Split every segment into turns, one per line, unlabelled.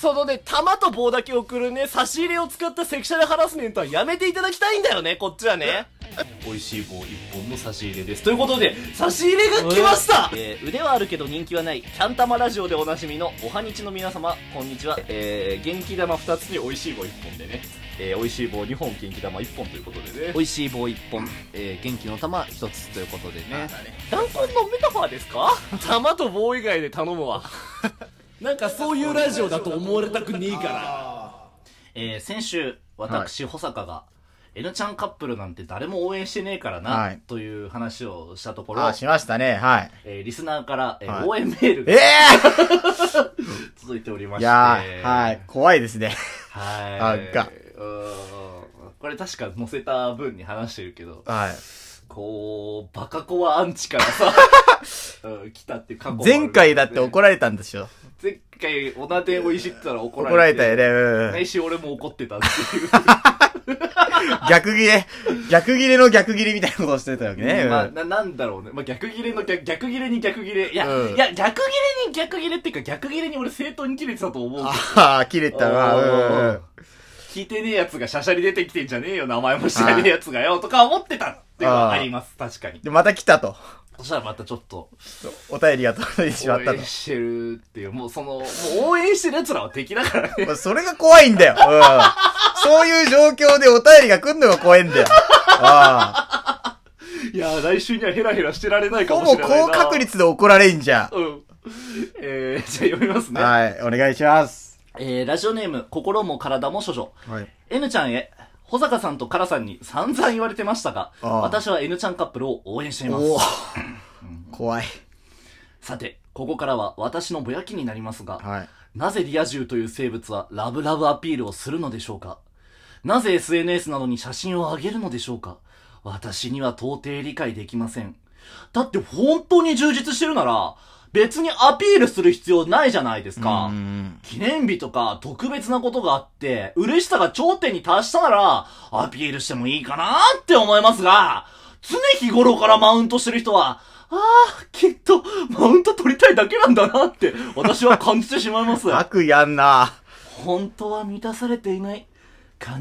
そのね、玉と棒だけ送るね、差し入れを使ったセクシャルハラスメントはやめていただきたいんだよね、こっちはね。美味しい棒1本の差し入れです。ということで、差し入れが来ました、えー腕はあるけど人気はない、キャン玉ラジオでおなじみのおはにちの皆様、こんにちは。えー、元気玉2つに美味しい棒1本でね、えー、美味しい棒2本、元気玉1本ということでね。
美味しい棒一本、えー、元気の玉一つということでね。
弾痕のメタファーですか玉と棒以外で頼むわ。 なんかそういうラジオだと思われたくねえから。
えー先週、私、保坂が、N ちゃんカップルなんて誰も応援してねえからな、
はい
という話をしたところ
あ、、しましたね。はい。
えーリスナーから、えー
はい
応援メール
え
が
え
届いておりま
ー、
し
い
て。
やー、はい。。怖いですね。
はい。
あが
うーんこれ確か載せた分に話してるけど、
はい。
こう、バカコアアンチからさ、うん来たっていう過去もある
前回だって怒られたんでしょ。
前回、おなでをいじったら怒られ
怒
て。
られたよね。うんうん
来週俺も怒ってたっていう。
逆切れ、逆切れの逆切れみたいなことをしてたわけね。うん
まあ、な、なんだろうね。まあ、逆切れの逆、逆切れに逆切れ。いや、
うん
いや、逆切れに逆切れっていうか、逆切れに俺正当に切れてたと思う
ああ、切れ
けど。
たな。うんうん
聞いてねえやつがシャシャリ出てきてんじゃねえよ、名前も知らねえやつがよ、とか思ってたっていうのはあります、確かに。
で、また来たと。
そしたらまたちょっと、
お便りが届いてしま
応
ったと
援。してるっていう、もうその、もう応援してる奴らは敵だから ね。
まあそれが怖いんだよ。うん。そういう状況でお便りが来んのが怖いん だよ。あ
いや、来週にはヘラヘラしてられない
あ。
か
ほ
もし
ぼ
れないな。
高確。率で怒られんじゃ
うん。えー、じゃあ読みます
ん。
ね。
はい。お願いします。
えー、ラジオネーム、心も体も諸々。
はい。
N ちゃんへ、保坂さんとカラさんに散々言われてましたが、
ああ
私は N ちゃんカップルを応援しています。
おお。怖い。
さて、ここからは私のぼやきになりますが、
はい。
なぜリア充という生物はラブラブアピールをするのでしょうかなぜ SNS などに写真を上げるのでしょうか私には到底理解できません。だって本当に充実してるなら、別にアピールする必要ないじゃないですか。
うん。
記念日とか特別なことがあって、嬉しさが頂点に達したなら、アピールしてもいいかなって思いますが、常日頃からマウントしてる人は、ああ、きっと、マウント取りたいだけなんだなって、私は感じてしまいます。
悪意あんな。
本当は満たされていない、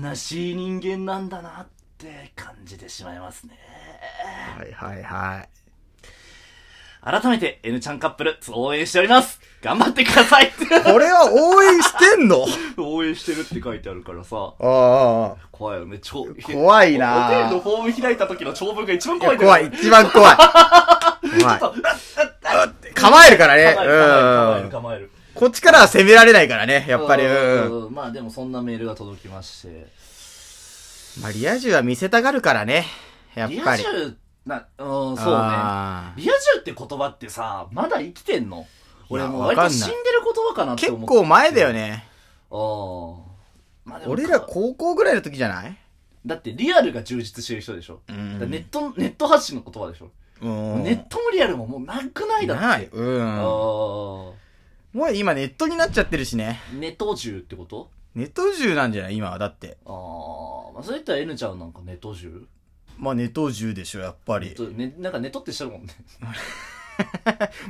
悲しい人間なんだなって感じてしまいますね。
はいはいはい。
改めて、N ちゃんカップル、応援しております頑張ってください
これは応援してんの
応援してるって書いてあるからさ。
ああああ。
怖いよね、超、
怖いな
おお便りのフォーム開いた時の長文が一番
い
怖い
や
んだよ
怖い。。一番怖い。怖い。構えるからね。
構え
う
る、
ん。
構える。
こっちからは攻められないからね。やっぱり。
う
うん。
ん。まあでもそんなメールが届きまして。
まあ、リア充は見せたがるからね。やっ
リ
ぱ
ア
り。
充、な、うん、そうね。
あー
リア充って言葉ってさ、まだ生きてんの俺もう
わ
割
かんな
と
い
死んでる言葉かなって
結
思って。
構前だよね。
構。ああ。まあでも
俺ら高校ぐらいの時じゃない
だってリアルが充実してる人でしょ。
うん
だからネット、ネット発信の言葉でしょ。
うん。
ネットもリアルももうなくないだって。
ない。う
あ
ん。も
あ。
う今ネットになっちゃってるしね。
ネト充ってこと
ネット中なんじゃない今は。だって。
ああ、まあ、それ言ったら N ちゃんなんかネト充
まあネット中でしょ、やっぱり。
ね、なんかネトってしてるもんね。
まあ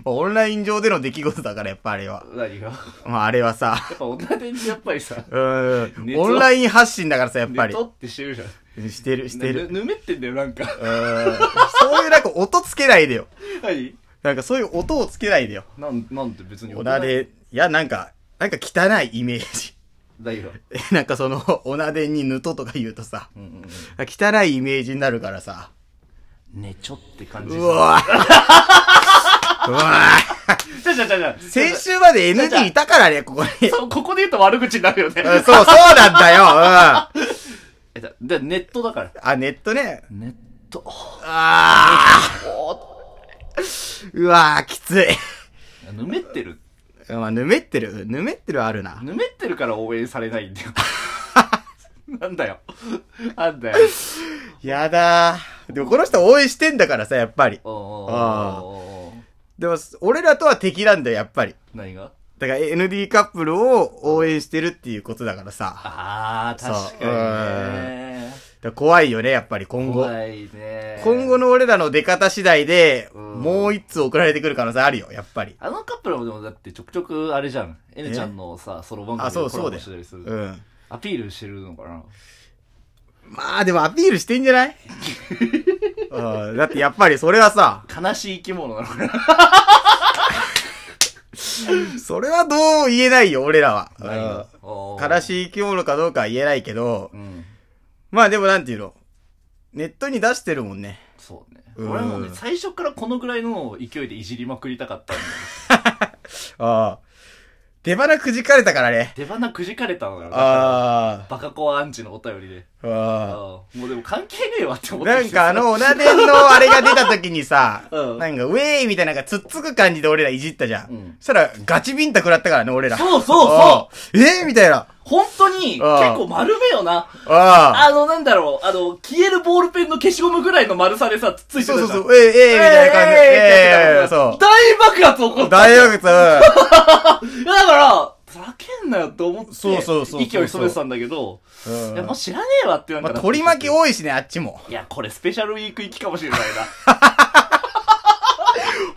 オンライン上での出来事だから、やっぱあれは。
何が。や
まああれはさ。
っぱ女でやっぱりさ、
うん。
ネト
オンライン発信だからさ、やっぱ
ネ
り。
トってしてるじゃん。
してる、してる。
ぬぬめってんだよ、なんか。
うん。そういうなんか音つけないでよ。
何
なんかそういう音をつけないでよ。
なん、なんて別に。
おな。で、いや、なんか、なんか汚いイメージ。
何が。
えなんかその、おなでにぬととか言うとさ、
うんうんうん。
汚いイメージになるからさ。
ネチョって感じ。
うわぁうわ
じゃじゃじゃじゃ。
ぁ先週まで NG いたからね、ここに。うん
そう、ここで言うと悪口になるよね。
そう、そうなんだよ、うん。
えだでネットだから。
あ、ネットね。
ネット。
あーうわぁ、きつい。
ぬめってる。
まあ、ぬめってる。ぬめってるはあるな。
ぬめってるから応援されないんだよ。なんだよ。なんだよ。
やだぁ。でもこの人応援してんだからさ、やっぱり。
お
あ
ー。
でも、俺らとは敵なんだよ、やっぱり。
何が
だから ND カップルを応援してるっていうことだからさ。
ああ、
そう
確かにね。
だら怖いよね、やっぱり今後。
怖いね。
今後の俺らの出方次第で、
ん
もう一通送られてくる可能性あるよ、やっぱり。
あのカップルもでもだってちょくちょくあれじゃん。N ちゃんのさ、ソロ番
あ、
組
そう
でコ
そ
ラボ
うだよ
したりす。
う
る。
ん。
アピールしてるのかな
まあでもアピールしてんじゃない うんだってやっぱりそれはさ、
悲しい生き物なのかな
それはどう言えないよ、俺らは。うん悲
い。
しい生き物かどうかは言えないけど
う、ん。
まあでもなんていうの、ネットに出してるもんね。
そうね。
うん
俺もね、最初からこのぐらいの勢いでいじりまくりたかったんだよ。
ああ。出花くじかれたからね。
出花くじかれたのよ。だから
あ
バカコアアンチのお便りで。あ
あ。あ
あもうでも関係ねえわって思
あ。
って
なん
きて
かあの、オナデンのあれが出た時にさ、
うん
なんか、ウェーイみたいな、なんか、つっつく感じで俺らいじったじゃん。
うん
そしたら、ガチビンタ食らったからね、俺ら。。
そうそうそう
えー、みたいな。あ
本当に、結
ああ
構丸めよな。
あ。
あの、なんだろう、あの、消えるボールペンの消しゴムぐらいの丸さでさ、つついて
そ
たじゃ。
うんそうそう。えー、えー、みたいな感じで。えー、えー、そ
大爆発起こっ
う。
た。
大学さ、
いやだから、ふざけんなよって思って、
そうそうそうそう
息を潜めてたんだけど、
うん
いや、もう知らねえわって言わ
ま
れ
あ、
たら。
取り巻き多いしね、あっちも。
いや、これスペシャルウィーク行きかもしれない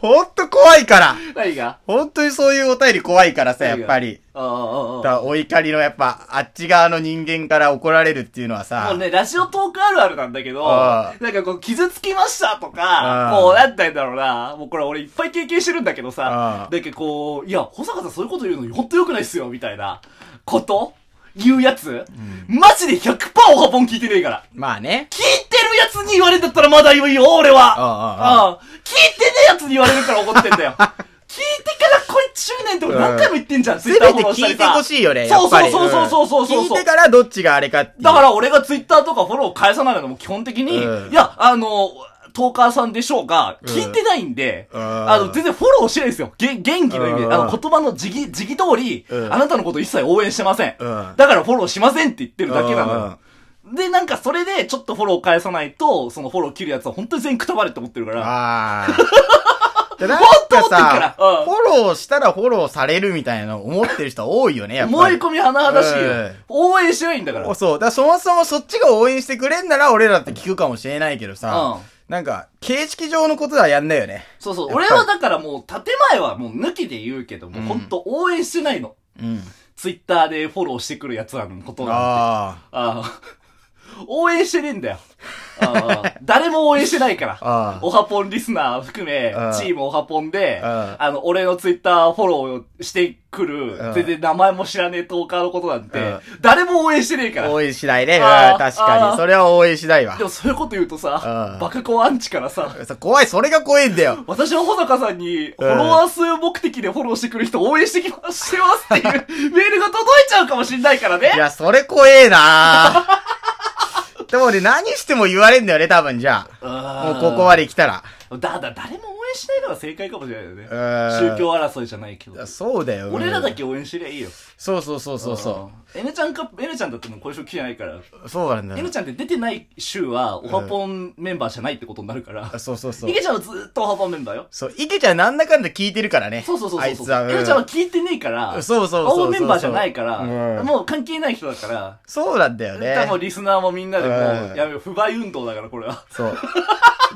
ほんと怖いから。
な。何が
ほんとにそういうお便り怖いからさ、やっぱり。
ああ、あ
だ
あ、
からお怒りの、やっぱ、あっち側の人間から怒られるっていうのはさ。
もうね、ラジオトークあるあるなんだけど、
あ
なんかこう、傷つきましたとか、
ああ
もう、なんて言うんだろうな、もうこれ俺いっぱい経験してるんだけど
ああ
さ、だけどこう、いや、保坂さんそういうこと言うのほんと良くないっすよ、みたいな、こと言うやつ、マジで100%オハポン聞いてねえから。
まあね。
聞いてるやつに言われんだったらまだ言うよ、俺は。
ああ
ああ聞いてねえやつに言われるから怒ってんだ よ。聞いてからこいつ10年って俺何回も言ってんじゃん、
せめて聞いてほしいよね、や
そ
っ
うそ
ぱり。
うそうそうそうそうそう。
聞いてからどっちがあれかっていう。
だから俺がツイッターとかフォロー返さないのも基本的に、
うん
いや、あの、トーカーさんでしょうが、聞いてないんで、
うん
あの、全然フォローしないんですよ。げ元気の意味
うん
で。あの、言葉の時期、時期通り、
うん
あなたのこと一切応援してません。
うん
だからフォローしませんって言ってるだけなの
うん
よ。で、なんかそれで、ちょっとフォロー返さないと、そのフォロー切るやつは本当に全員くたばれって思ってるから。
あ あ。でなん
当思
か
ってるから
さ、フ
うん
ォローしたらフォローされるみたいなの思ってる人は多いよね、やっ
思
ぱ
い
り。
込み甚だしいよ
うん。
応援しないんだから。
そう。だからそもそもそっちが応援してくれんなら俺らって聞くかもしれないけどさ、
うん
なんか、形式上のことはやんないよね。
そうそう。
やっぱ
俺
り
はだからもう、建前はもう抜きで言うけど、もう本当応援してないの。
うん。
ツイッターでフォローしてくるやつらのことなんて。
あ
ああ。 応援してねえんだよ。ああ誰も応援してないから。
ああ
オハポンリスナー含め
ああ、
チームオハポンで、
あ
あの、俺のツイッターフォローしてくる
ああ、
全然名前も知らねえトーカーのことなんて
あ、
誰も応援してねえか
あ。
ら。
応援しないね。うん
あー
確か
あ
に。
ー
それは応援しないわ
で。もそういうこと言うと
あ
さ
あ、
バカコアンチからさ、
さ怖い、それが怖いんだよ。
私は保坂さんに、フォロワー数目的でフォローしてくる人応援してきま、してますっていうメールが届いちゃうかもしんないからね
い。や、それ怖 えなでも俺何しても言われんだよね、多分じゃあ。も
も
うここまで来たら。
だ、だ、誰も応援しないのが正解かもしれないよね。
ん
宗教争いじゃないけど。
そうだよ。
俺らだ
け。
け応援してりゃいいよ。
そうそうそうそうそ
うん。N ちゃんか、N ちゃんだってもうこういう人来てないから。
う。そうなんだ
N
よ。
ちゃんって出てない週は、オハポンメンバーじゃないってことになるから。
そうそうそう
い。けちゃんはずーっとオハポンメンバーよ。
そう、池ちゃんなんだかんだ聞いてるからね。
そうそうそうそう。
あいつは。う
N ちゃんは聞いてねえから。
そうそうそうそう
オハポンメンバーじゃないから、
うん
もう関係ない人だから。
そうなんだよね
多。分リスナーもみんなでもう
うん、
やめよう、不買運動だから、これは。
そう。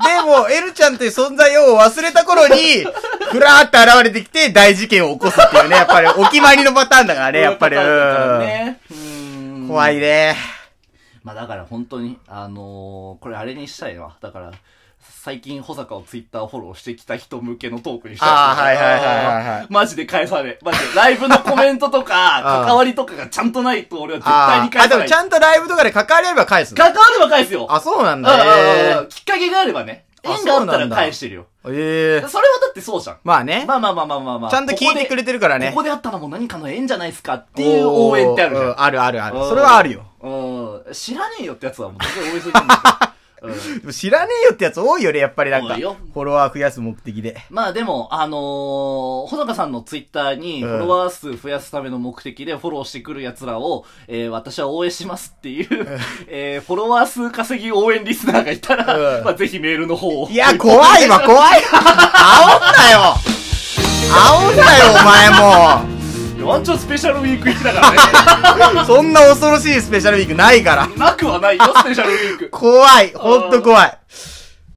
でも、エルちゃんっていう存在を忘れた頃に、 ふらーって現れてきて大事件を起こすっていうね、やっぱりお決まりのパターンだからね、やっぱり。
こういうパターンだから
う
ね。うー
ん
ん。
怖いね。
まあだから本当に、あのーこれあれにしたいわ。だから、最近保坂をツイッターフォローしてきた人向けのトークにしたい。
あーはいはいはいはいはい
マジで返され。マジで、ライブのコメントとか
あー、
関わりとかがちゃんとないと俺は絶対
あ
に
ー
返
あ、で
さ
も
ない。
ちゃんとライブとかで関われば返すの
関われば返すよ。
あ、そうなん
うんうん
だ
うんう
ね
ん。。きっかけがあればね。縁が
あ
あった
そうな
ら
んだ
返してるよ。
ええ
それはだってそうじゃん。
まあね。
まあまあまあまあまあまあ。
ちゃんと聞いてくれてるからね。
ここであったらもう何かの縁じゃないですかっていう応援ってあるじゃ。
うんんあるあるある
うん。
それはあるよ。
うん。知らねえよってやつはもう全然 応援するんだけどうん
でも知らねえよってやつ多いよね、やっぱりなん
多
か。
い
フ
よ
ォロワー増やす目的で。
まあでも、あのー、ほのかさんのツイッターに、
うん
フォロワー数増やすための目的でフォローしてくる奴らを、えー、私は応援しますっていう、えー、フォロワー数稼ぎ応援リスナーがいたら、
うん
まあぜひメールの方を。
いや、怖い わ、怖いわ。煽んなよ煽んなよ、お前も。
ワンチャンスペシャルウィーク行きだからね。
そんな恐ろしいスペシャルウィークないから。
なくはないよ、スペシャルウィーク。
怖い。ほんと怖い。